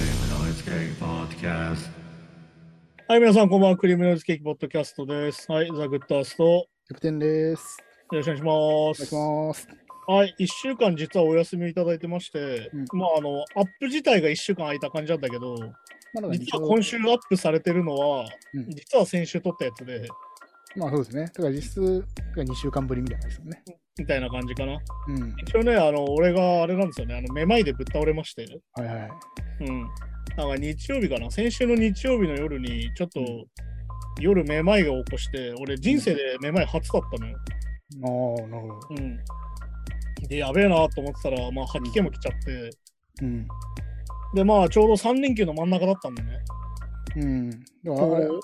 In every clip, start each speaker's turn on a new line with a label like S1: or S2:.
S1: ケーキポッドキャス
S2: はい、皆さん、こんばんは。クリームノイズケーキポッドキャストです。はい、ザ・グッドアースト、よ
S3: 逆転です。
S2: ろしくお願い
S3: お願い
S2: し
S3: し
S2: ます。
S3: ます。
S2: はい、1週間実はお休みいただいてまして、
S3: うん
S2: まあ、あの、アップ自体が1週間空いた感じなんだけど、
S3: まだ
S2: 実は今週アップされてるのは、
S3: うん
S2: 実は先週撮ったやつで、
S3: まあそうですね。だから実質が2週間ぶりみたいな感じですよね。
S2: みたいな感じかな。
S3: うん。
S2: 一応ね、あの、俺があれなんですよね、あの、めまいでぶっ倒れまして、
S3: はいはい。
S2: うん。なんか日曜日かな、先週の日曜日の夜に、ちょっと、
S3: うん
S2: 夜めまいが起こして、俺人生でめまい初だったのよ。
S3: ああ、なるほど。
S2: うん。で、やべえなと思ってたら、まあ、吐き気も来ちゃって、
S3: うん。
S2: で、まあ、ちょうど3連休の真ん中だったんでね、
S3: うん。だからあれ
S2: こう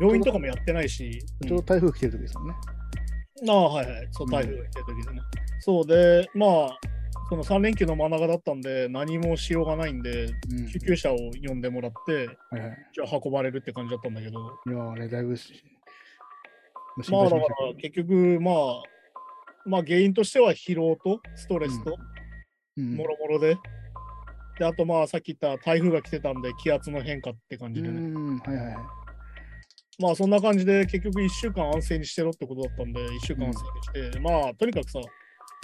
S2: 病院とかもやってないし、
S3: ちょうど台風来てる時ですよね。
S2: うんああ、はいはい、そう、台風が来てる時でね。そうで、まあ、その3連休の真ん中だったんで、何もしようがないんで、
S3: うん。
S2: 救急車を呼んでもらって、
S3: はいはい。
S2: じゃあ運ばれるって感じだったんだけど、
S3: いやーね、だいぶし、も
S2: ま
S3: う
S2: あ、だか
S3: し
S2: ら結局、まあ、まあ、原因としては疲労とストレスと、
S3: うん
S2: もろもろで。で、あとまあさっき言った台風が来てたんで気圧の変化って感
S3: う
S2: じでね。
S3: ん。はいはい。
S2: まあそんな感じで結局1週間安静にしてろってことだったんで、1週間安静にして、まあとにかくさ、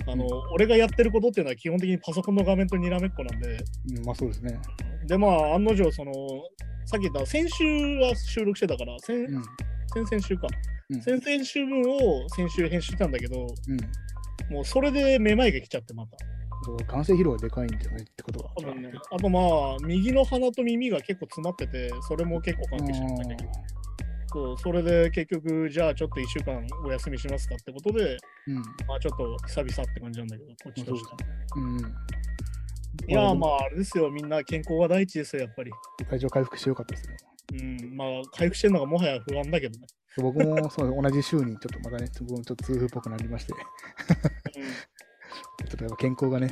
S2: あの、
S3: う
S2: 俺がやってることっていうのは基本的にパソコンの画面とにらめっこなんで、
S3: うんまあそうですね。
S2: でまあ案の定その、さっき言った先週は収録してたから、先
S3: うん。
S2: 先々週か、
S3: うん
S2: 先々週分を先週編集したんだけど、
S3: うん。
S2: もうそれでめまいが来ちゃってまた。
S3: そう眼性疲労がでかいんですよねってことは。
S2: 多分ね、あとまあ、右の鼻と耳が結構詰まってて、それも結構関係してたんだけど、そうそれで結局、じゃあちょっと1週間お休みしますかってことで、
S3: うん。
S2: まあちょっと久々って感じなんだけど、こっちとしては。
S3: うん。うん。
S2: いやー、まああれですよ、みんな健康が第一ですよ、やっぱり。
S3: あ。会場回復してよかったですね。
S2: うん、まあ回復してるのがもはや不安だけどね。
S3: 僕もそう同じ週にちょっとまたね、僕もちょっと痛風っぽくなりまして、ちょっとやっぱ健康がね、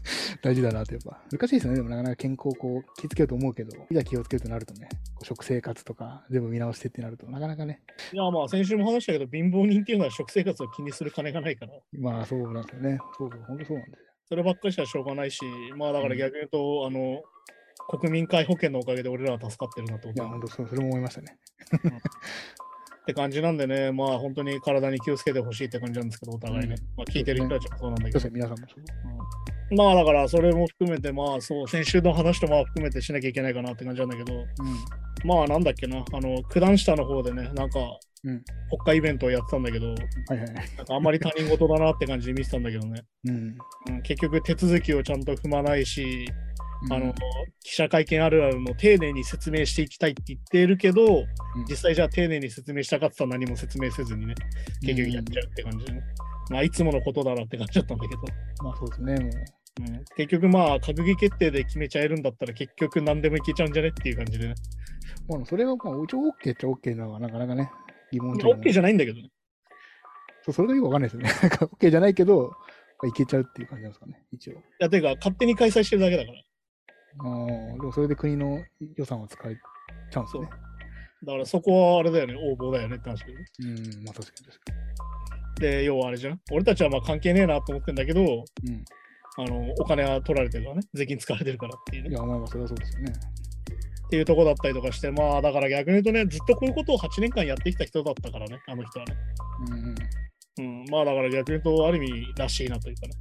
S3: 大事だなってやっぱ。難しいですよね、でもなかなか健康をこう気をつけようと思うけど、いざ気をつけるとなるとね、こう食生活とか全部見直してってなると、なかなかね、
S2: いやー、まあ先週も話したけど、貧乏人っていうのは食生活を気にする金がないから、
S3: まあそうなんですよね。そうそう、本当そうなんですよ。
S2: そればっかりしたらしょうがないし、まあだから逆に言うと、あの、国民皆保険のおかげで俺らは助かってるなってこ
S3: い
S2: と
S3: や、本当そう、それも思いましたね。
S2: って感じなんでね、まあ本当に体に気をつけてほしいって感じなんですけど、お互いね。
S3: うん
S2: まあ聞いてる人たちもそうなんだけど
S3: そうで。すね、皆さんもそう。
S2: まあだからそれも含めて、まあそう、先週の話とまあ含めてしなきゃいけないかなって感じなんだけど、まあなんだっけな、あの、九段下の方でね、なんか、
S3: うん
S2: 国会イベントをやってたんだけど、
S3: うん。はいはい。
S2: なんかあんまり他人事だなって感じで見てたんだけどね、
S3: うん。
S2: うん、結局手続きをちゃんと踏まないし、あ
S3: う
S2: の
S3: ん、
S2: 記者会見あるあるの丁寧に説明していきたいって言っているけど、
S3: ん
S2: 実際じゃあ丁寧に説明したかったら何も説明せずにね、結局やっちゃうって感じでね。まあいつものことだなって感じだったんだけど、
S3: まあそうですね、もう。
S2: うん、結局まあ閣議決定で決めちゃえるんだったら結局何でもいけちゃうんじゃねっていう感じでね。
S3: まあでもそれはまあ一応 OK っちゃ OK なのがなかなかね、疑問
S2: い
S3: 点
S2: や
S3: が
S2: OK じゃないんだけどね。
S3: そうそれがよくわかんないですよね。 なんか OK じゃないけど、まあいけちゃうっていう感じなんですかね、一応。
S2: いや、てか、勝手に開催してるだけだから。
S3: あーでもそれで国の予算を使えちゃうんですね。
S2: だからそこはあれだよね、横暴だよねって話だよね
S3: うん、まあ確かに確か
S2: で、要はあれじゃん。俺たちはまあ関係ねえなと思ってんだけど、
S3: に。うん。
S2: あの、お金は取られてるからね、税金使われてるからっていう
S3: い
S2: ね。
S3: や、まあまあ、それはそうですよね。
S2: っていうとこだったりとかして、まあだから逆に言うとね、ずっとこういうことを8年間やってきた人だったからね、あの人はね。
S3: うんうん。
S2: うん、まあだから逆に言うと、ある意味らしいなというかね。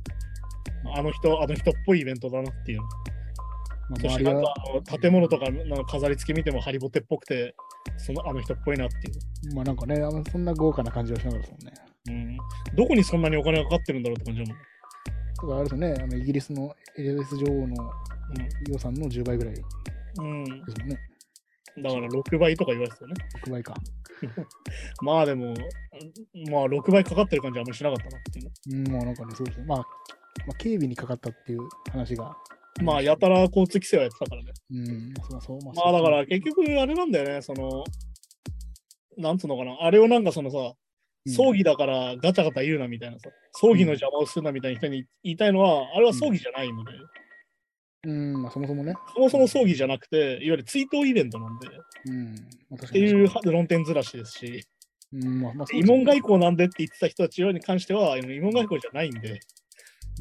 S2: あの人、あの人っぽいイベントだなっていう。
S3: まあ、
S2: そして
S3: 周り
S2: なんか、
S3: が
S2: あの建物とかの飾り付け見てもハリボテっぽくて、そのあの人っぽいなっていう。
S3: まあなんかね、あんまそんな豪華な感じはしなかったですもんね。
S2: うん、どこにそんなにお金がかかってるんだろうって感じだもん。
S3: とかあれですよね、あのイギリスのエリザベス女王の予算の10倍ぐらいで
S2: うん、うん
S3: すもんね。
S2: だから6倍とか言われてたよね。
S3: 6倍か。
S2: まあでも、まあ6倍かかってる感じはあんまりしなかったなっていうね。
S3: うん、もうなんかね、そうですね。まあ、まあ、警備にかかったっていう話が。
S2: まあやたら交通規制はやってたからね。
S3: うん、まあそうそう。ま
S2: まあだか
S3: う
S2: ら結局あれなんだよね、その、なんつうのかな、あれをなんかそのさ、
S3: ん
S2: 葬儀だからガチャガチャ言うなみたいなさ、葬儀の邪魔をするなみたいな人に言いたいのは、あれは葬儀じゃないので、
S3: うん、まあそもそもね。
S2: そもそも葬儀じゃなくて、いわゆる追悼イベントなんで、っ
S3: うん、まあ確か
S2: て
S3: に。
S2: いう論点ずらしですし、
S3: うん、まあまあそうですよね
S2: 慰問外交なんでって言ってた人たちに関しては、あの慰問外交じゃないんで、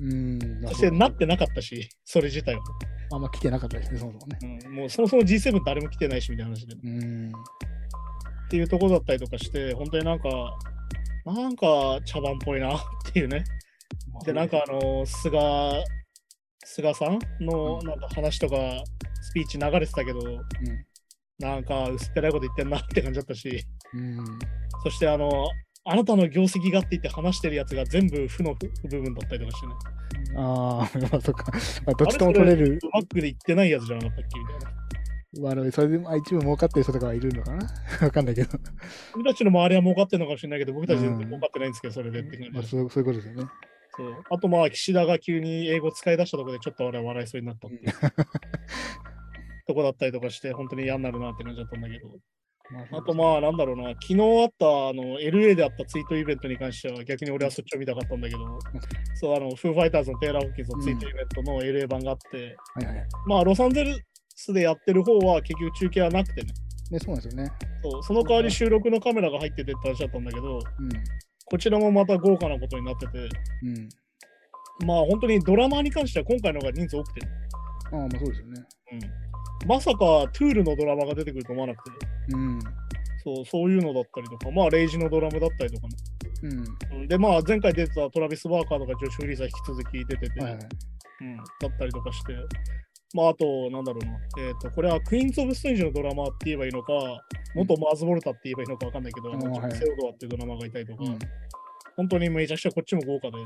S3: うん、
S2: そしてなってなかったし、それ自体は。
S3: あんま来てなかったですね、そもそもね。
S2: うん、もうそもそも G7 誰も来てないしみたいな話で。
S3: うん。
S2: っていうところだったりとかして、本当になんか、なんか茶番っぽいなっていうね。で、なんかあの、菅、菅さんの
S3: うん
S2: なんか話とか、スピーチ流れてたけど、なんか薄っぺらいこと言ってんなって感じだったし、
S3: うん。うん。
S2: そしてあの、あなたの業績がって言って話してるやつが全部負の部分だったりとかしてね。
S3: あ あ、まあそっか。まあ、どっちとも取れる。
S2: バックで言ってないやつじゃなかったっけみたいな。
S3: まあ、それでもあ一部儲かってる人とかはいるのかな わかんないけど。
S2: 僕たちの周りは儲かってるのかもしれないけど、僕たち全然儲かってないんですけど、それでって感じ
S3: まあ、
S2: で
S3: そうそういうことですよね。
S2: そうあとまあ、岸田が急に英語使い出したところでちょっと俺は笑いそうになったっていうとこだったりとかして、本当に嫌になるなって感じだったんだけど。あとまあ、なんだろうな、昨日あった、あの、LA であったツイートイベントに関しては、逆に俺はそっちを見たかったんだけど、そう、あの、フーファイターズのテイラー・ホッキンスのツイートイベントの LA 版があって、
S3: はいはいはい。
S2: まあ、ロサンゼルスでやってる方は結局中継はなくてね、
S3: ね、そうなんですよね。
S2: そうその代わり収録のカメラが入っててって話だったんだけど、
S3: う
S2: こちらもまた豪華なことになってて、
S3: ん。うん。
S2: まあ本当にドラマーに関しては今回の方が人数多くて、
S3: ああ、まあそうですよね。
S2: うん、まさかトゥールのドラマが出てくると思わなくて、
S3: うん。
S2: そうそういうのだったりとか、まあレイジのドラムだったりとかね。
S3: うん。
S2: うんで、まあ前回出てたトラビス・バーカーとかジョシュ・フリーザー引き続き出てて、
S3: はいはい。
S2: うん、だったりとかして、まああと、なんだろうな、えっ、と、これはクイーンズ・オブ・ステージのドラマーって言えばいいのか、元マーズ・ボルタって言えばいいのかわかんないけど、
S3: うん
S2: あのジョ
S3: は
S2: ン
S3: い
S2: セオドアっていうドラマーがいたりとか、
S3: うん。
S2: 本当にめちゃくちゃこっちも豪華で、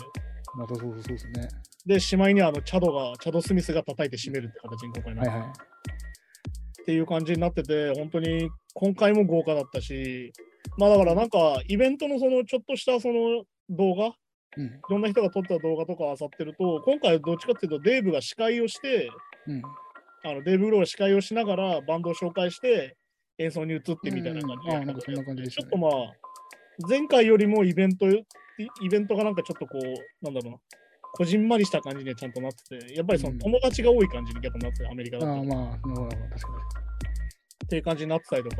S3: またそうそうそうですね。
S2: で、しまいにはあのチャドが、チャド・スミスが叩いて締めるって形に今回なっ
S3: はい
S2: て、
S3: はい。
S2: っていう感じになってて、本当に今回も豪華だったし、まあだからなんか、イベントのそのちょっとしたその動画、い
S3: うん。
S2: ろんな人が撮った動画とかあさってると、今回はどっちかっていうと、デーブが司会をして、
S3: うん。
S2: あのデーブ・グローが司会をしながらバンドを紹介して、演奏に移ってみたいな感じ
S3: うん
S2: で
S3: あなんかそんな感じでし
S2: ち
S3: た
S2: ょ
S3: ね
S2: っとまあ、前回よりもイベント、イイベントがなんかちょっとこう、なんだろうな、こじんまりした感じにちゃんとなってて、やっぱりその友達が多い感じにやっぱなってて、アメリカだ
S3: ああ、
S2: と
S3: まあ、なるほど、確か
S2: っていう感じになってたりとか、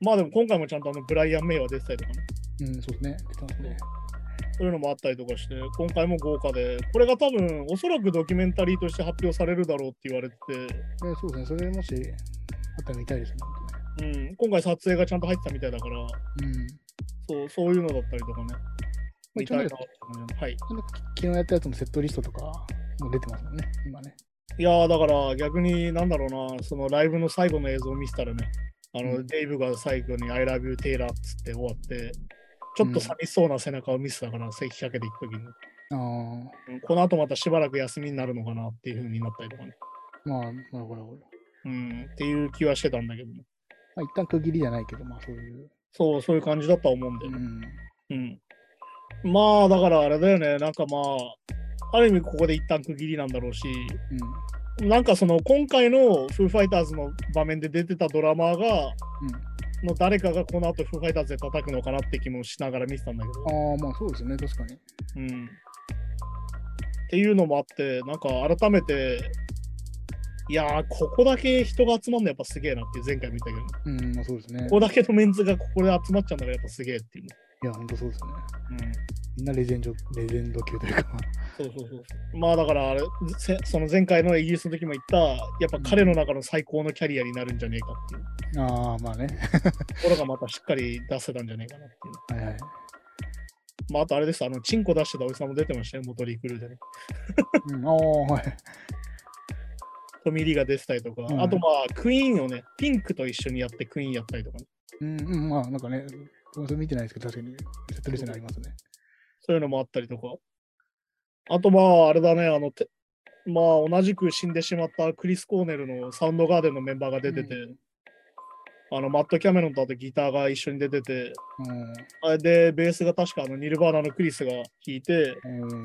S2: まあでも今回もちゃんとあのブライアン・メイは出てたりとかね、
S3: に。うん、そうですね。出てますね。
S2: そういうのもあったりとかして、今回も豪華で、これが多分、おそらくドキュメンタリーとして発表されるだろうって言われて
S3: ねそうですね。それもし、あったら見たいですね。本
S2: て、うん、今回撮影がちゃんと入ってたみたいだから、
S3: 当ねうん。
S2: そうそういうのだったりとかね、
S3: まあ
S2: 見
S3: 一応
S2: たい
S3: ね
S2: なって感じなのはい。
S3: 昨日やったやつのセットリストとかも出てますもんね、今ね。
S2: いやー、だから逆になんだろうな、そのライブの最後の映像を見せたらね、あの、
S3: うん
S2: デイブが最後に I love you, Taylor っつって終わって、ちょっと寂しそうな背中を見せたから、席かけていくときに。
S3: ああ、
S2: うんこの後またしばらく休みになるのかなっていうふうになったりとかね。
S3: まあ、まあ、これはこれ。
S2: うん、っていう気はしてたんだけどね。
S3: まあ、一旦区切りじゃないけど、まあそういう。
S2: そう、そういう感じだとは思うんだよ
S3: う
S2: ね。
S3: ん。
S2: うん。まあ、だからあれだよね。なんかまあ、ある意味ここで一旦区切りなんだろうし、
S3: うん。
S2: なんかその今回のフーファイターズの場面で出てたドラマーが、
S3: うん
S2: の誰かがこの後フーファイターズで叩くのかなって気もしながら見てたんだけど。
S3: ああ、まあそうですね、確かに。
S2: うんっていうのもあって、なんか改めて、いやー、ここだけ人が集まるのやっぱすげえなって前回見たけど、こ
S3: うん、まあそうですね。
S2: こだけのメンツがここで集まっちゃうんだからやっぱすげえっていう。
S3: いや、本当そうですね。
S2: うん
S3: みんなレジェンド、レジェンド級というか、
S2: そうそうそう まあだからあれせその前回のイギリスの時も言ったやっぱ彼の中の最高のキャリアになるんじゃねえかっていう
S3: ああ、まあね。
S2: ところがまたしっかり出せたんじゃねえかなっていう
S3: はいはい。
S2: まああとあれですあのチンコ出してたおじさんも出てましたよ元リクルーでね
S3: うん、ああ、はい。
S2: トミー・リーが出てたりとか、
S3: うん
S2: あとまあクイーンをねピンクと一緒にやってクイーンやったりとかね
S3: うん、うん、まあなんかね、それ見てないですけど、確かに、セットリストにありますね。
S2: そういうのもあったりとか。あとまあ、あれだね、あの、てまあ、同じく死んでしまったクリス・コーネルのサウンドガーデンのメンバーが出てて、
S3: うん
S2: あの、マット・キャメロンとあとギターが一緒に出てて、
S3: うん。
S2: あで、ベースが確かあのニルバーナのクリスが弾いて、
S3: うん、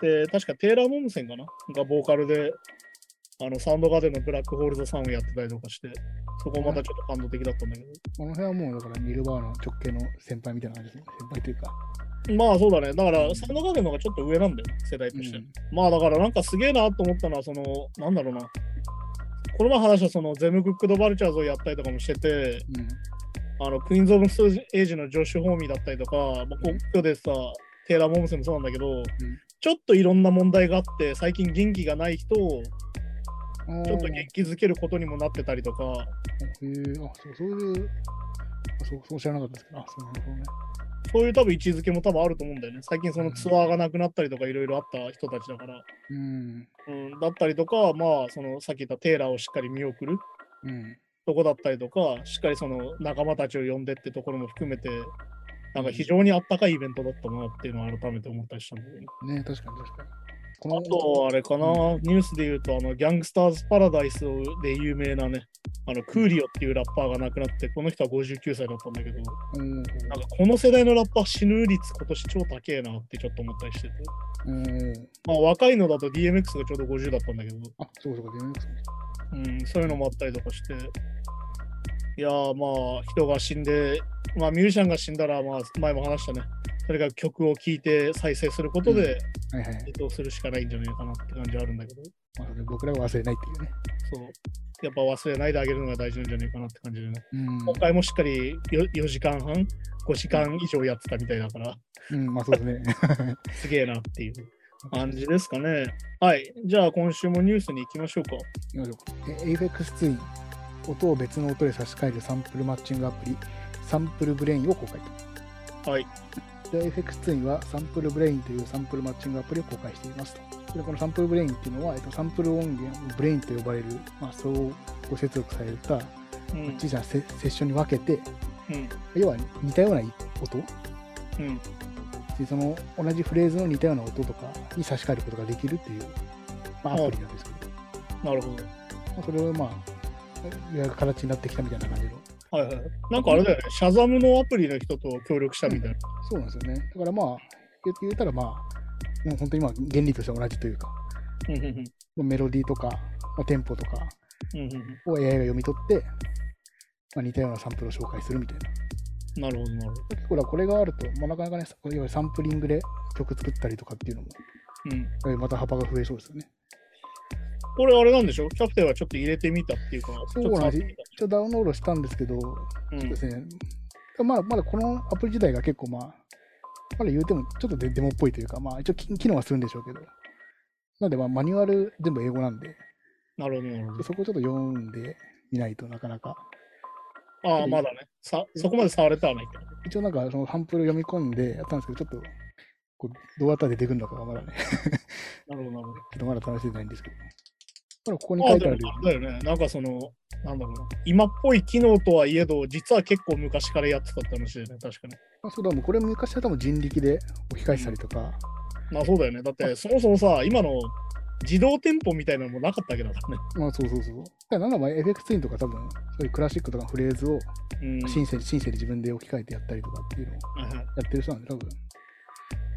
S2: で、確かテイラー・モムセンかながボーカルで、あの、サウンドガーデンのブラックホールズさんをやってたりとかして、そこまたちょっと感動的だったんだけど。
S3: この辺はもう、だから、ニルバーの直系の先輩みたいな感じですね。先輩というか。
S2: まあそうだね。だから、
S3: うん
S2: サウンドガーデンの方がちょっと上なんだよね、世代として。
S3: うん
S2: まあだからなんかすげえなと思ったのは、その、なんだろうな。この前話したそのゼム・クック・ド・バルチャーズをやったりとかもしてて、
S3: うん。
S2: あのクイーンズ・オブ・ストーエイジのジョシュ・ホーミーだったりとか、まあ、
S3: う
S2: 今
S3: ん
S2: 日でさ、テイラー・モムセンもそうなんだけど、ちょっといろんな問題があって、最近元気がない人をちょっと元気づけることにもなってたりとか、
S3: へーあ、そう、そういう、あそう、そう知らなかったですけど、あ、そうなるほどね。
S2: そういう多分位置づけも多分あると思うんだよね。最近そのツアーがなくなったりとかいろいろあった人たちだから、
S3: うん、
S2: うん、だったりとか、まあ、そのさっき言ったテーラーをしっかり見送る
S3: うん、
S2: とこだったりとか、しっかりその仲間たちを呼んでってところも含めて、なんか非常にあったかいイベントだったなっていうのを改めて思ったりしたんだけどね。
S3: ね、確かに確かに。こ
S2: あと、あれかな、ニュースで言うと、あの、ギャングスターズ・パラダイスで有名なね、あの、クーリオっていうラッパーが亡くなって、この人は59歳だったんだけど、
S3: うん、
S2: なんかこの世代のラッパー死ぬ率今年超高えなってちょっと思ったりしてて、
S3: うん、
S2: まあ若いのだと DMX がちょうど50だったんだけど、
S3: あ、そうかそうか、全然ですね。
S2: うん、そういうのもあったりとかして、いやーまあ人が死んで、まあミュージシャンが死んだら、まあ前も話したね、とにかく曲を聴いて再生することで、
S3: はいはいはい。
S2: 移動するしかないんじゃないかなって感じはあるんだけど、
S3: まあ、それ僕らは忘れないっていうね。
S2: そう。やっぱ忘れないであげるのが大事なんじゃないかなって感じでね。
S3: うん
S2: 今回もしっかり 4, 時間半、5時間以上やってたみたいだから、
S3: うん、まあそうですね。
S2: すげえなっていう感じですかね。はい。じゃあ今週もニュースに行きましょうか。
S3: よいしょえ AFX ツイン、音を別の音で差し替えるサンプルマッチングアプリ、サンプルブレインを公開
S2: はい。
S3: と。で AFX ツインはサンプルブレインというサンプルマッチングアプリを公開していますと。でこのサンプルブレインっていうのは、えっと、サンプル音源、ブレインと呼ばれる、まあ、そうご接続された
S2: うん
S3: 小さなセセッションに分けて、
S2: うん。
S3: 要は似たような音
S2: うん。
S3: でその同じフレーズの似たような音とかに差し替えることができるっていう、まあ、アプリなんですけど、
S2: なるほど。
S3: まあそれをまあ、やる形になってきたみたいな感じの。
S2: はいはい。なんかあれだよね、シャザムのアプリの人と協力したみたいな。
S3: そうなんですよね。だからまあ、言言ったらまあ、もう本当に今、原理としては同じというか、
S2: うんうん
S3: メロディーとか、まあ、テンポとか
S2: うんうんうん
S3: を AI が読み取って、まあ、似たようなサンプルを紹介するみたいな。
S2: なるほど、なるほど。
S3: 結構だからこれがあると、まあ、なかなかね、いわゆるサンプリングで曲作ったりとかっていうのも、
S2: うん。
S3: また幅が増えそうですよね。
S2: これあれなんでしょキャプテンはちょっと入れてみたっていうか、
S3: そ
S2: ち
S3: う
S2: ょっと
S3: な
S2: 触
S3: ん
S2: って
S3: です。
S2: み
S3: 一応ダウンロードしたんですけど、
S2: たうん
S3: ですね、まあ、まだこのアプリ自体が結構まあ、まだ言うてもちょっとデデモっぽいというか、まあ一応機機能はするんでしょうけど、なんでまあマニュアル全部英語なんで、
S2: なるほど、なるほど。
S3: そこをちょっと読んでみないとなかなか、
S2: ああ、まだね。さそこまで触れたはないけど。
S3: 一応なんかそのサンプル読み込んでやったんですけど、ちょっとこうどうやったら出てくるのかがまだね、
S2: なるほど、なるほど。
S3: ちょっとまだ試してないんですけど、まだここに
S2: あ
S3: 書
S2: あ
S3: い
S2: で
S3: てあ
S2: も
S3: るよ
S2: あれだよね。なんかその、なんだろうな。今っぽい機能とはいえど、実は結構昔からやってたって話だよね。確かに。
S3: まあ、そうだ、もうこれ昔は多分人力で置き換えてたりとか、
S2: まあそうだよね。だって、そもそもさ、今の自動店舗みたいなのもなかったわけだからね。
S3: まあそうそうそう。だからなんならまあ FX ツインとか多分、そういうクラシックとかのフレーズを
S2: うん。
S3: シンセシンセで自分で置き換えてやったりとかっていうのをや
S2: はいはい
S3: ってる人なんで、多分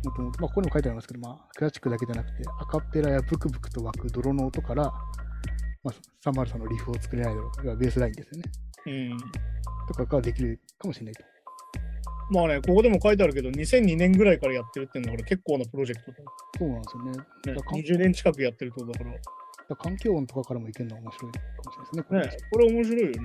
S3: もともと、まあ、ここにも書いてありますけど、まあ、クラシックだけじゃなくて、アカペラやブクブクと湧く泥の音から、まあ、303のリフを作れないだろう、要はベースラインですよね。
S2: うん。
S3: とかができるかもしれないと。
S2: まあね、ここでも書いてあるけど、2002年ぐらいからやってるってんだから、結構なプロジェクトだよ
S3: そうなんですよね。
S2: ね。
S3: だから
S2: 20年近くやってるってことだか
S3: だから環境音とかからもいけるのは面白いかもしれな
S2: ら。
S3: いで
S2: ね
S3: すね。、
S2: これ面白いよね。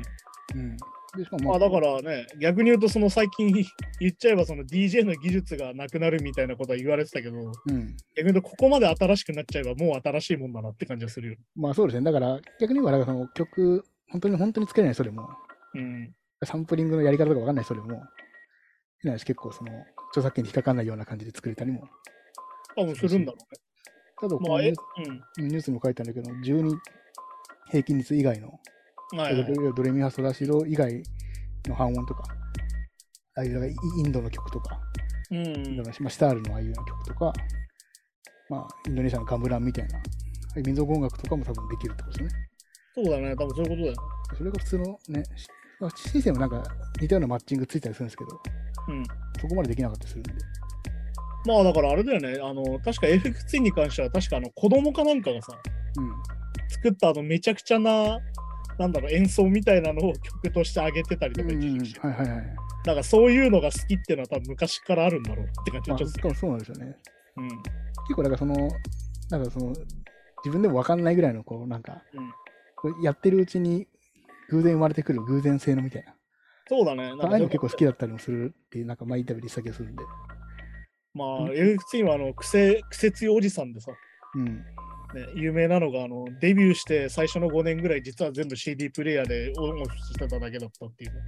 S3: うん。で、しかも
S2: ま
S3: ま
S2: あ
S3: あ、
S2: だからね、逆に言うと、その最近言っちゃえば、その DJ の技術がなくなるみたいなことは言われてたけど、
S3: うん。
S2: 逆に言うと、ここまで新しくなっちゃえば、もう新しいもんだなって感じがするよね。
S3: まあそうですね。だから、逆に言えば、だからその曲、本当に本当に作れない人でも、
S2: うん。
S3: サンプリングのやり方とかわかんない人でも、変なし結構その、著作権に引っかかんないような感じで作れたりも。
S2: 多分するんだろ
S3: ただ、
S2: うね。
S3: こ
S2: まあ、
S3: の
S2: え、
S3: ニュー
S2: う
S3: ニュースにも書いてあるんだけど、12平均率以外の、
S2: ん。はい、はい。
S3: ドレミファソラシド以外の半音とか、ああいうなんかイインドの曲とか、
S2: う
S3: インド
S2: ん。
S3: のまあシタールのああいうような曲とか、まあ、インドネシアのガムランみたいな、ああいう民族音楽とかも多分できるってことですね。
S2: そうだね、多分そういうこ
S3: それが普通のね、しまあシステムなんか似たようなマッチングついたりするんですけど、
S2: とだよ。うん。
S3: そこまでできなかったりするんで。
S2: まあだからあれだよね、あの、確か FX2 に関しては、確かあの子供かなんかがさ、
S3: うん。
S2: 作ったあのめちゃくちゃな、なんだろう、演奏みたいなのを曲として上げてたりとか、一時期して
S3: はいはいはい。
S2: なんかそういうのが好きっていうのは多分昔からあるんだろうって感じ
S3: ま
S2: が
S3: あ、
S2: ちょっと、
S3: そうそうなんですよね。
S2: うん。
S3: 結構だからその、なんかその、自分でも分かんないぐらいの、こう、なんか、
S2: うん
S3: こうやってるうちに偶然生まれてくる偶然性のみたいな。
S2: そうだね。なんか
S3: ああいうの結構好きだったりもするっていう、なんか前インタビューでした気がするんで。
S2: まあ、FX2 はあの癖、癖強いおじさんでさ、
S3: うん。
S2: ね、有名なのがあのデビューして最初の5年ぐらい実は全部 CD プレイヤーでオンオフしてただけだったっていう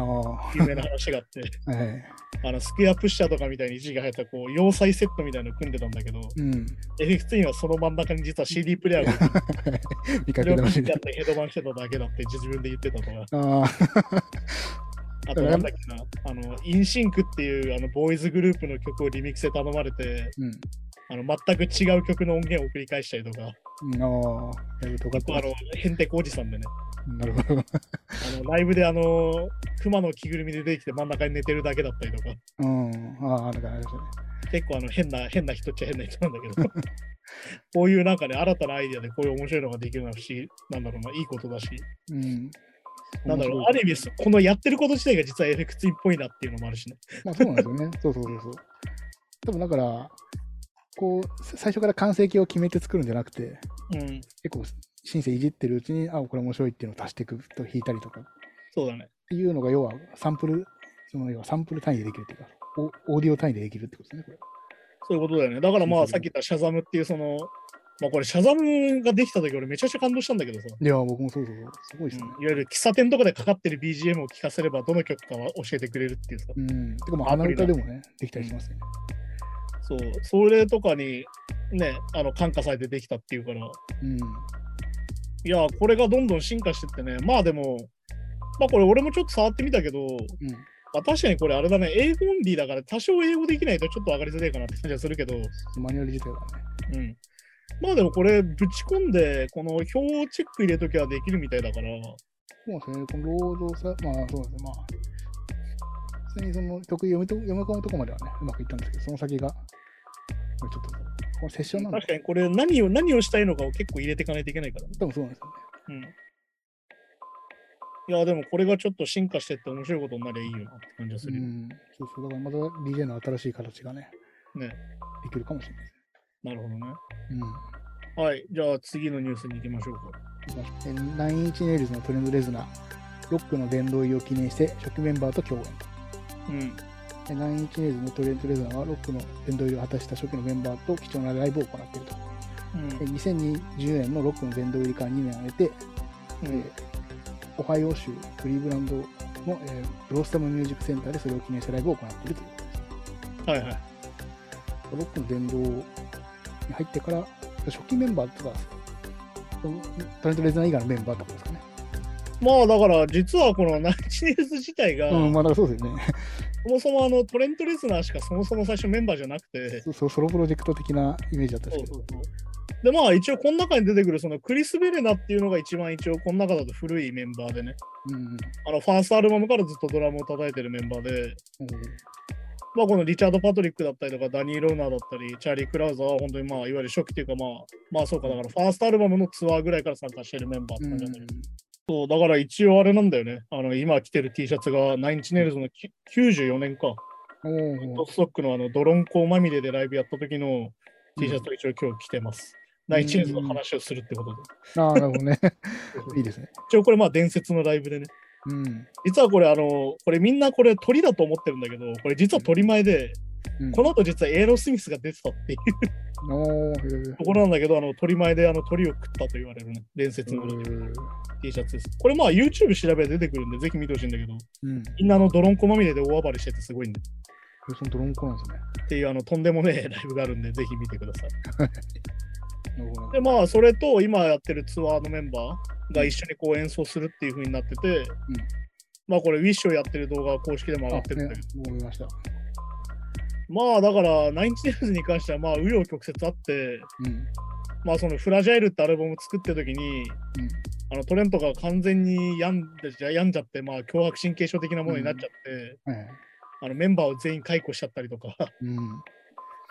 S3: ああ
S2: 有名な話があって
S3: ー、え
S2: あのスクエアプッシャーとかみたいに一時が入ったこう要塞セットみたいなの組んでたんだけど
S3: えうん。
S2: FX2 にはその真ん中に実は CD プレイヤーが
S3: 見か
S2: そ
S3: け
S2: れを組
S3: たま
S2: ん
S3: し
S2: で
S3: ね
S2: あっ。てヘッドバンしてただけだって自分で言ってたとか
S3: ああ、
S2: あとなんだっけなあのインシンクっていうあのボーイズグループの曲をリミックスで頼まれて
S3: うん。
S2: あの全く違う曲の音源を繰り返したりとか
S3: うんああ、やるとかっ
S2: 結
S3: て
S2: 構あのヘンテコおじさんでね
S3: なるほど。
S2: あのライブであの熊の着ぐるみで出てきて真ん中に寝てるだけだったりとか
S3: うん。ああ、だからあれですよね。
S2: 結構あの変な変な人っちゃ変な人なんだ けどこういうなんかね新たなアイディアでこういう面白いのができるのは不思議なんだろうないいことだし
S3: うん。
S2: なんだろう
S3: 面白い
S2: ある意味そこのやってること自体が実はエフェクツインっぽいなっていうのもあるしね
S3: まあそうなんですよね。 そうそうそうそう。でもだから、こう、さ最初から完成形を決めて作るんじゃなくて、
S2: うん
S3: 結構、シンセいじってるうちに、あ、これ面白いっていうのを足していくと弾いたりとかっ
S2: そうだね
S3: ていうのが、要はサンプル、その要はサンプル単位でできるっていうか、オオーディオ単位でできるってことですね、これ。
S2: そういうことだよねだからまあ
S3: そうそう
S2: さっき言ったシャザムっていうそのまあこれシャザムができた時俺めちゃくちゃ感動したんだけどさ、
S3: いや、僕もそうそうそう。すごいで
S2: うんい
S3: すね
S2: わ。ゆる喫茶店とかでかかってる BGM を聴かせればどの曲かは教えてくれるっていうさ
S3: うん。てか、まあ、鼻歌でもね、できたりしますよね。
S2: そう、それとかにね、あの感化されてできたっていうから、
S3: うん。
S2: いや、これがどんどん進化してってね、まあでも、まあこれ俺もちょっと触ってみたけど、
S3: うん。
S2: まあ、確かにこれあれだね、英語オンリーだから多少英語できないとちょっと上がりづらいかなって感じはするけど、
S3: マニュアル自体はね。
S2: うん。まあでもこれぶち込んで、この表をチェック入れときはできるみたいだから、
S3: そうですね、この労働さ、まあそうですね、まあ、普通にその曲読みと読み込むとこまではね、うまくいったんですけど、その先が、これちょっと、このセッションなんで
S2: 確、かにこれ何を何をしたいのかを結構入れていかないといけないからね。
S3: 多分そうなんです
S2: うん。いや、でもこれがちょっと進化してって面白いことになりゃいいよなって感じがす
S3: よ
S2: る
S3: ね。
S2: よ。
S3: うん、そうそう、だからまた DJ の新しい形がね、
S2: ね
S3: できるかもしれないで
S2: なるほどね。
S3: すね。うん
S2: はい、じゃあ次のニュースに行きましょうか。
S3: えー。ナインインチネイルズのトレンドレズナー、ロックの殿堂入りを記念して、初期メンバーと共演と。
S2: うん、
S3: えナインインチネイルズのトレンドレズナーは、ロックの殿堂入りを果たした初期のメンバーと貴重なライブを行っていると。え2020年のロックの殿堂入りから2年を経て、
S2: うん、うん
S3: えーオハイオ州クリーブランドの、えーブロスタムミュージックセンターでそれを記念したライブを行っているとい
S2: は
S3: う
S2: いはい。
S3: ロックの殿堂に入ってから初期メンバーとかそのタレントレズナー以外のメンバーってことですかね。
S2: まあだから実はこのナイチネルズ自体が、
S3: うん、まあだからそうですよね。
S2: そもそもあのトレント・レスナーしかそもそも最初メンバーじゃなくて、
S3: そうそうソロプロジェクト的なイメージだったんですけど。
S2: でまあ一応この中に出てくるそのクリス・ベレナっていうのが一番一応この中だと古いメンバーでね、
S3: うん
S2: あのファーストアルバムからずっとドラムを叩いてるメンバーで、
S3: うん
S2: まあこのリチャード・パトリックだったりとかダニー・ローナーだったり、チャーリー・クラウザーは本当にまあいわゆる初期というかまあ、まあそうかだからファーストアルバムのツアーぐらいから参加してるメンバーって
S3: う
S2: 感
S3: ん
S2: じなんだけどそう、だから一応あれなんだよね。あの、今着てる T シャツが、ナインチネイルズのき94年か。
S3: うんお
S2: ド
S3: ー
S2: ストックのあの、ドロンコまみれでライブやった時の T シャツを一応今日着てます。ナインチネイルズの話をするってことで。
S3: ああ、なるほどね。 いいですね。
S2: 一応これまあ伝説のライブでね。
S3: うん。
S2: 実はこれあの、これみんなこれ鳥だと思ってるんだけど、これ実は鳥前で、
S3: うん
S2: この後実はエーロスミスが出てたっていう
S3: おーへ ー
S2: ところなんだけど、あの、鳥前であの鳥を食ったと言われるね。伝説の
S3: うん
S2: T シャツです。これまあ YouTube 調べて出てくるんで、ぜひ見てほしいんだけど、
S3: うん。
S2: みんなあの、ドロンコまみれで大暴れしててすごいんで。
S3: そのドロンコなんですね。
S2: っていうあのとんでもねえライ ブがあるんで、ぜひ見てください。
S3: なるほどな
S2: で、まあ、それと今やってるツアーのメンバーが一緒にこう演奏するっていう風になってて、まあ、これ、Wish をやってる動画は公式でも上がってるんだけど、
S3: あね思いました。
S2: まあ、だから、ナインチネルズに関しては、まあ、紆余曲折あって、
S3: うん。
S2: まあ、その、フラジャイルってアルバムを作ってる時に、
S3: うん
S2: あのトレントが完全に病んでじゃ病んじゃって、まあ、脅迫神経症的なものになっちゃって、
S3: はい
S2: あのメンバーを全員解雇しちゃったりとか
S3: うん。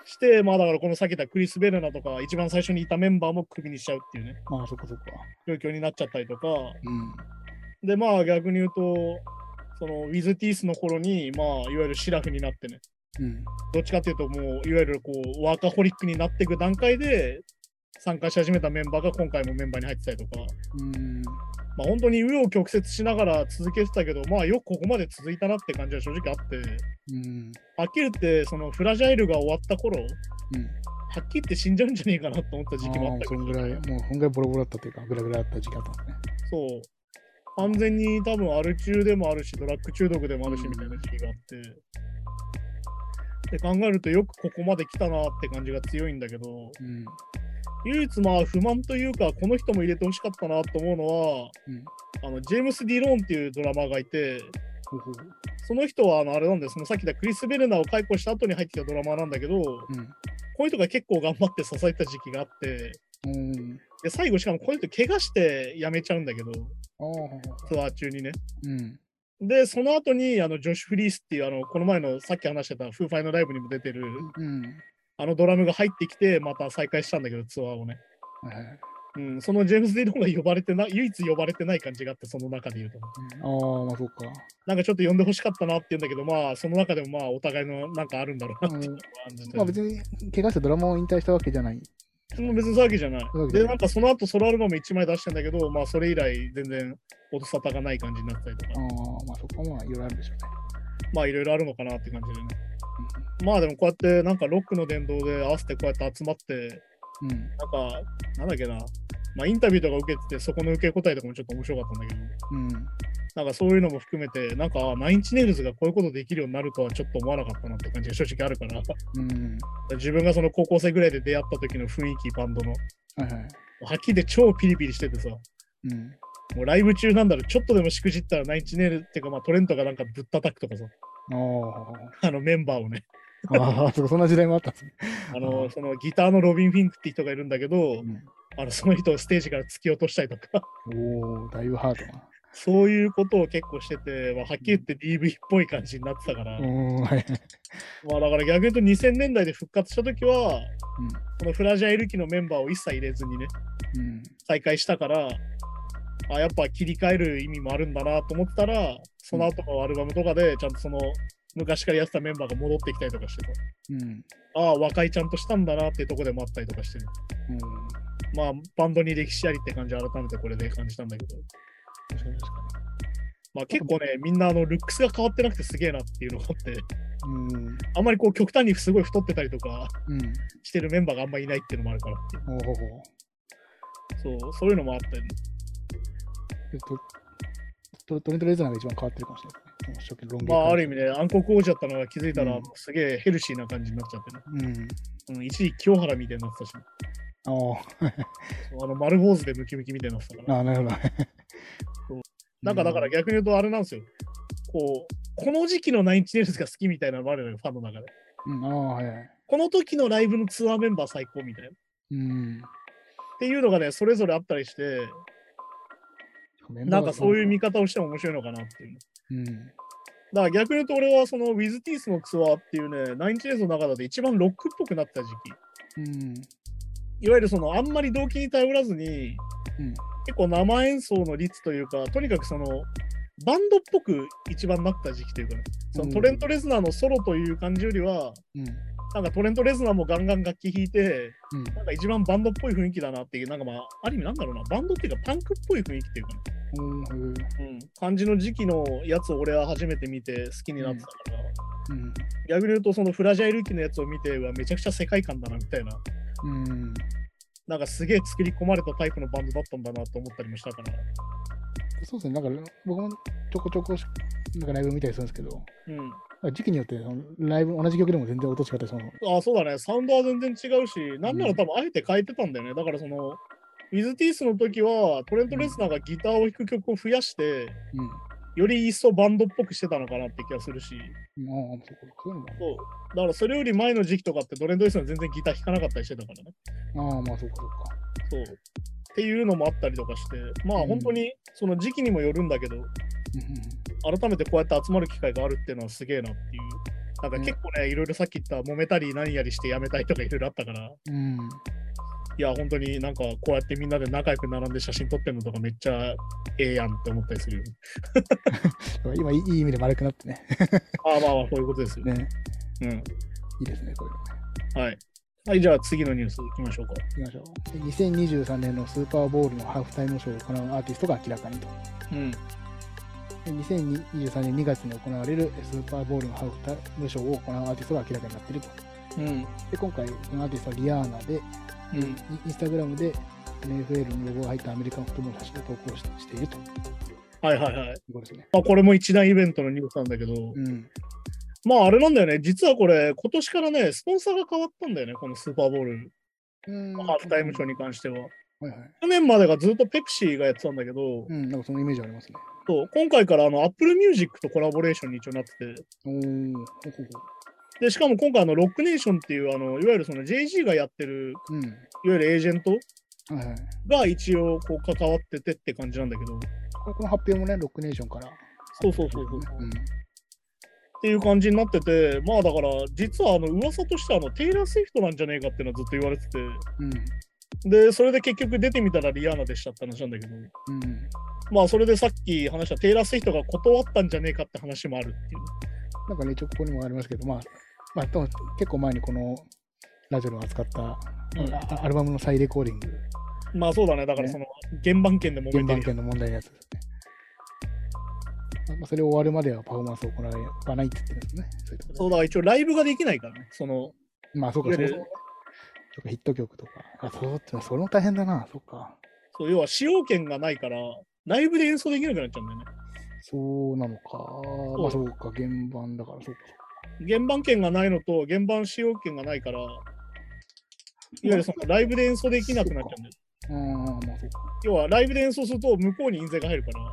S2: して、まあ、だから、このさっき言ったクリス・ベルナとか、一番最初にいたメンバーもクビにしちゃうっていうね。
S3: まあ、そっかそっか。
S2: 状況になっちゃったりとか、
S3: うん。
S2: で、まあ逆に言うと、そのウィズ・ティースの頃に、まあいわゆるシラフになってね、
S3: うん。
S2: どっちかっていうと、もういわゆるこうワーカホリックになっていく段階で参加し始めたメンバーが今回もメンバーに入ってたりとか、
S3: うん。
S2: まあ本当に紆余曲折しながら続けてたけど、まあよくここまで続いたなって感じは正直あって、
S3: うん。
S2: はっきり言って、そのフラジャイルが終わった頃、
S3: うん。
S2: はっきり言って死んじゃうんじゃねえかなと思った時期もあった
S3: あーそんぐらい、もうそんぐらいボロボロだったというか、ぐらぐらだった時期だったんですね。
S2: そう。完全に多分アル中でもあるし、ドラッグ中毒でもあるしみたいな時期があって。で考えるとよくここまで来たなって感じが強いんだけど、
S3: うん。
S2: 唯一まあ不満というか、この人も入れてほしかったなと思うのは、
S3: うん
S2: あのジェームス・ディローンっていうドラマーがいて、
S3: ほうほう。
S2: その人はあのあれなんです、そのさっき言ったクリス・ベルナーを解雇した後に入ってきたドラマーなんだけど、こ
S3: うん。
S2: の人が結構頑張って支えた時期があって、
S3: うん。
S2: で最後しかもこの人怪我して辞めちゃうんだけど、
S3: ああ。
S2: ツアー中にね。
S3: うん。
S2: で、その後にあのジョシュ・フリースっていうあの、この前のさっき話してたフーファイのライブにも出てる、
S3: うん。
S2: あのドラムが入ってきて、また再開したんだけど、ツアーをね。
S3: はいはい。
S2: うん、そのジェームズ・ディローンが呼ばれてな、唯一呼ばれてない感じがあって、その中で言うと。
S3: ああ、まあそうか。
S2: なんかちょっと呼んでほしかったなって言うんだけど、まあ、その中でもまあ、お互いのなんかあるんだろうなっていうのは感じて
S3: まあ別に、怪我してドラマを引退したわけじゃない。
S2: もう別にそういうわけじゃない
S3: そういうわ。けじゃ
S2: で、
S3: な
S2: ないんかその後ソロアルバム1枚出してんだけど、まあそれ以来全然音沙汰がない感じになったりとか
S3: あ、あ、まあそこはまあいろいろあるでしょうね。
S2: まあいろいろあるのかなって感じでね。まあでもこうやってなんかロックの伝道で合わせてこうやって集まって、
S3: うん。うん
S2: なんか、なんだっけな、まあインタビューとか受けてて、そこの受け答えとかもちょっと面白かったんだけど、
S3: うん。
S2: なんかそういうのも含めて、なんかあナインチネイルズがこういうことできるようになるとはちょっと思わなかったなって感じが正直あるから、
S3: うん。
S2: 自分がその高校生ぐらいで出会った時の雰囲気、バンドの、
S3: はいはい。
S2: はっきりで超ピリピリしててさ、
S3: うん。
S2: もうライブ中なんだろう、ちょっとでもしくじったらナインチネイルっていうか、まあ、トレントがなんかぶったたくとかさ、
S3: あ
S2: あのメンバーをね、
S3: あ。ああ、 そうか、そんな時代もあったんですね。
S2: あ
S3: う
S2: の
S3: ん
S2: そのギターのロビン・フィンクって人がいるんだけど、
S3: う
S2: あのその人をステージから突き落としたりとか、
S3: ん。おお、だいぶハードな。
S2: そういうことを結構してて、まあ、はっきり言って DV っぽい感じになってたから、
S3: うん、はいはい。
S2: まあ、だから逆に言うと2000年代で復活した時は、
S3: うん
S2: このフラジャイル期のメンバーを一切入れずにね、
S3: うん。
S2: 再開したから、あやっぱ切り替える意味もあるんだなと思ってたら、その後のアルバムとかで、ちゃんとその昔からやってたメンバーが戻ってきたりとかしてた。
S3: うん。
S2: ああ、若いちゃんとしたんだなっていうところでもあったりとかしてる。
S3: うん。
S2: まあ、バンドに歴史ありって感じは改めてこれで感じたんだけど。
S3: 確かに確か
S2: まあ結構ね、みんなあのルックスが変わってなくてすげえなっていうのがあって、
S3: に。うん。
S2: あんまりこう極端にすごい太ってたりとか
S3: うん。
S2: してるメンバーがあんまりいないっていうのもあるからっていう
S3: おお。
S2: そう、そういうのもあったり、
S3: えっと、トトレント・レーザーが一番変わってるかもしれないですね。その初期のロン毛
S2: ま
S3: から
S2: あある意味ね、暗黒王子だったのが気づいたら、
S3: うん
S2: すげえヘルシーな感じになっちゃってね。
S3: うん。
S2: うん、一時期清原みたいになってたし、
S3: あ
S2: そうあの丸坊主でムキムキみたいになってたから。
S3: あ、ああなるほど。
S2: なんかだから
S3: うん、
S2: 逆に言うとあれなんですよ。こう、この時期のナインチネイルズが好きみたいなのもあるのよ、ファンの中で。
S3: うん、ああ、はいはい。
S2: この時のライブのツアーメンバー最高みたいな。っ
S3: うん。
S2: ていうのがね、それぞれあったりして、なんかそういう見
S3: み
S2: 方をしても面白いのかなっていう。
S3: うん。
S2: だから逆に言うと俺はその WithTeeth のツアーっていうね、ナインチネイルズの中だと一番ロックっぽくなってた時期。
S3: うん。
S2: いわゆるそのあんまり動機に頼らずに、
S3: うん。
S2: 結構生演奏の率というか、とにかくその、バンドっぽく一番なった時期というかね、そのトレント・レズナーのソロという感じよりは、
S3: うん。
S2: なんかトレント・レズナーもガンガン楽器弾いて、
S3: うん。
S2: なんか一番バンドっぽい雰囲気だなっていう、なんかまあ、ある意味なんだろうな、バンドっていうかパンクっぽい雰囲気っていうかね、
S3: うん。うん。
S2: うん、感じの時期のやつを俺は初めて見て好きになってたから、
S3: うん。
S2: 逆に言うとそのフラジャイル期のやつを見て、うわめちゃくちゃ世界観だなみたいな、
S3: うん。
S2: なんかすげえ作り込まれたタイプのバンドだったんだなと思ったりもしたから、
S3: そうですね。なんか僕もちょこちょこ、なんかライブ見たりするんですけど、
S2: うん、
S3: なんか時期によってそのライブ、同じ曲でも全然落とし方りするの。
S2: あそうだね、サウンドは全然違うし、なんな
S3: う
S2: ら
S3: ん
S2: 多分あえて変えてたんだよね。だからその、ウィズ・ティースの時は、トレント・レスナーがギターを弾く曲を増やして、
S3: うん。
S2: より一層バンドっぽくしてたのかなって気がするし、
S3: ああ、そうか。そういうのもある
S2: そうだからそれより前の時期とかってトレント・レスナー全然ギター弾かなかったりしてたからね。
S3: ああ、まあそうか、そうか。
S2: そうっていうのもあったりとかして、まあ
S3: うん
S2: 本当にその時期にもよるんだけど、
S3: うんうん
S2: 改めてこうやって集まる機会があるっていうのはすげえなっていう。なんか結構ね、いろいろさっき言った揉めたり何やりしてやめたりとかいろいろあったから、
S3: うん。うん。
S2: いや、本当になんかこうやってみんなで仲良く並んで写真撮ってるのとかめっちゃええやんって思ったりするよね。
S3: 今、いいいい意味で丸くなってね。
S2: ああまあまあ、こういうことですよね。
S3: ね。
S2: うん。
S3: いいですね、こういうの
S2: は
S3: ね。
S2: い。はい、じゃあ次のニュース行きましょうか。
S3: いきましょう。2023年のスーパーボールのハーフタイムショーを行うアーティストが明らかにと。
S2: うん。
S3: で2023年2月に行われるスーパーボールのハーフタイムショーを行うアーティストが明らかになっていると。
S2: うん。
S3: で、今回、このアーティストはリアーナで、
S2: うん。
S3: イインスタグラムで NFL のロゴが入ったアメリカンフットボールの写真を投稿ししているとい
S2: はいはいはい。
S3: うことですね。
S2: まあ、これも一大イベントのニュースなんだけど、
S3: うん。
S2: まああれなんだよね、実はこれ、今年からね、スポンサーが変わったんだよね、このスーパーボール、
S3: うん
S2: ハーフタイムショーに関しては。
S3: はいはい。
S2: 去年までがずっとペプシーがやってたんだけど、
S3: うん、なんかそのイメージありますね。
S2: そう今回からあの Apple Music とコラボレーションに一応なってて、
S3: おー、ほうほうほ
S2: でしかも今回あの、ロックネーションっていう、あのいわゆるその JG がやってる、
S3: う。うん。
S2: いわゆるエージェント
S3: はいはい。
S2: が一応こう関わっててって感じなんだけど、
S3: ここの発表もね、ロックネーションから。
S2: そうそうそうそう。
S3: うん。
S2: っていう感じになってて、まあだから、実はあの噂としてはあのテイラー・スウィフトなんじゃねえかっていうのはずっと言われてて、
S3: うん。
S2: で、それで結局出てみたらリアーナでしたって話なんだけど、
S3: うん。
S2: まあそれでさっき話したテイラー・スウィフトが断ったんじゃねえかって話もあるっていう。
S3: なんかね、一応ここにもありますけど、まあ、まあ、でも結構前にこのラジオの扱った、
S2: うん
S3: あアルバムの再レコーディング、
S2: まあそうだね、だからその原版権で揉
S3: 原
S2: めて
S3: 版
S2: るよ。
S3: 権の問題のやつですね。まあ、それを終わるまではパフォーマンスを行わないって言ってるんですね。そういうとこ
S2: そうだ、一応ライブができないからね、その、
S3: まあ、そうか、
S2: い
S3: そ
S2: わゆる
S3: もそもねそうかヒット曲とか。あ、そうってのはそれも大変だな、そっか。
S2: そう要は使用権がないから、ライブで演奏できなくなっちゃうんだよね。
S3: そうなのか。まあ、そうか、原版だから、そうか。
S2: 原版権がないのと、原版使用権がないから、いわゆるそのライブで演奏できなくなっちゃうんだよ。
S3: うん、まあ、そうか。
S2: 要はライブで演奏すると向こうに印税が入るから、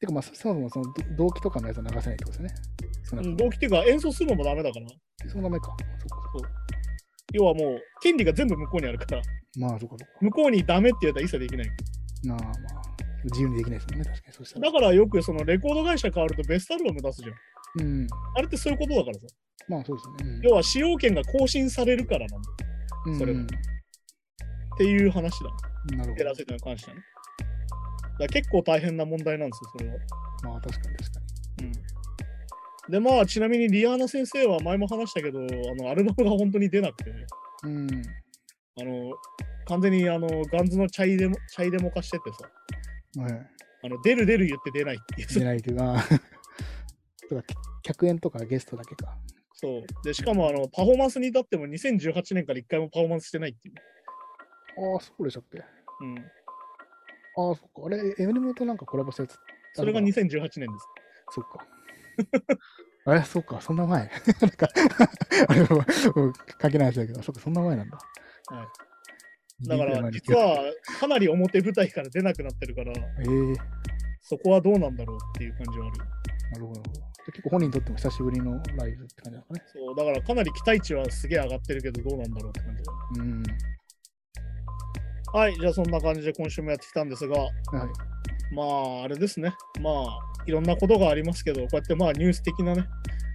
S3: てか、まあ、そそもそもそのど動機とかのやつは流せないってことですね。その
S2: うん動機っていうか演奏するのもダメだから、
S3: その名前か。そうか、そうか。
S2: 要はもう権利が全部向こうにあるから、
S3: まあ、そうか、そうか。
S2: 向こうにダメって言ったら一切できない。
S3: なあ、まあ、自由にできないですもんね、確かに。そうしたら。
S2: だからよくそのレコード会社変わるとベストアルバム出すじゃん。
S3: うん。
S2: あれってそういうことだからさ。
S3: まあ、そうですね。
S2: 要は使用権が更新されるからなんだ
S3: うん、
S2: それ
S3: う
S2: はっ
S3: ん
S2: ていう話だ。
S3: なるほ
S2: テ
S3: ど
S2: ラ。セトに関してはね。だから結構大変な問題なんですよ、それは。
S3: まあ、確かに確かに。
S2: で、まあ、ちなみにリアーナ先生は前も話したけど、あの、アルバムが本当に出なくて、
S3: うん。
S2: あの、完全にあの、ガンズのチャイデモ、チャイデモ化しててさ、
S3: はい。
S2: あの、出る出る言って出ないっていう。
S3: 出ないというか、 とか、客演とかゲストだけか。
S2: そう。で、しかも、あの、パフォーマンスに至っても2018年から一回もパフォーマンスしてないっていう。
S3: ああ、そうでしたっけあ
S2: うん。
S3: あ、そっか。あれ、エムネムとなんかコラボしたやつ。
S2: それが
S3: あるか
S2: 2018年です。
S3: なそっか。 あれ、そっか、そんな前。 なんか、あれは、関係ない話だけど、そっか、そんな前なんだ。。
S2: はいだから、実。は、かなり表舞台から出なくなってるから、
S3: ええー。
S2: そこはどうなんだろうっていう感じはある。
S3: なるほど。なるほど結構本人にとっても久しぶりのライブって感じなのかね。
S2: そう、だから、かなり期待値はすげえ上がってるけど、どうなんだろうって感じだ
S3: うん。
S2: はい、じゃあそんな感じで今週もやってきたんですが、
S3: はい。
S2: まあ、あれですね。まあ、いろんなことがありますけど、こうやってまあニュース的なね、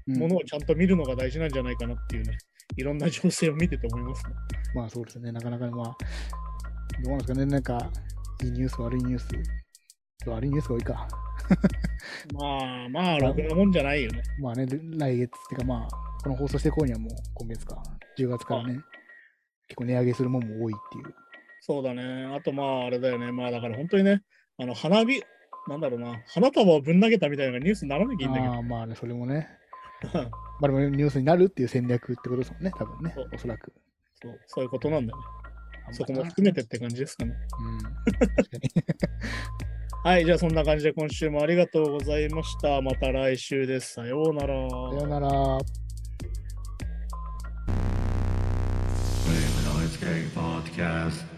S3: うん
S2: ものをちゃんと見るのが大事なんじゃないかなっていうね、いろんな情勢を見てて思いますね。
S3: まあそうですね。なかなか、まあ、どうなんですかね。なんか、いいニュース、悪いニュース。悪いニュースが多いか。
S2: まあまあ、ろくなもんじゃないよね。
S3: まあね、で来月っていうかまあ、この放送していこうにはもう今月か、10月からね、結構値上げするもんも多いっていう。
S2: そうだね。あとまあ、あれだよね。まあだから本当にね、あの、花火、なんだろうな、花束をぶん投げたみたいなのがニュースにならなきゃいいんだけ
S3: ああ、まあね、それも ね、
S2: ど、
S3: まあでもニュースになるっていう戦略ってことですもんね、多分ね
S2: そう、
S3: おそらく。
S2: そうそういうことなんだよね。そこも
S3: うん、
S2: 含めてって感じですかね。
S3: 確かに。
S2: はい、じゃあそんな感じで今週もありがとうございました。また来週です。さようなら。
S3: さよなら。
S1: Flame and Ice Gang Podcast.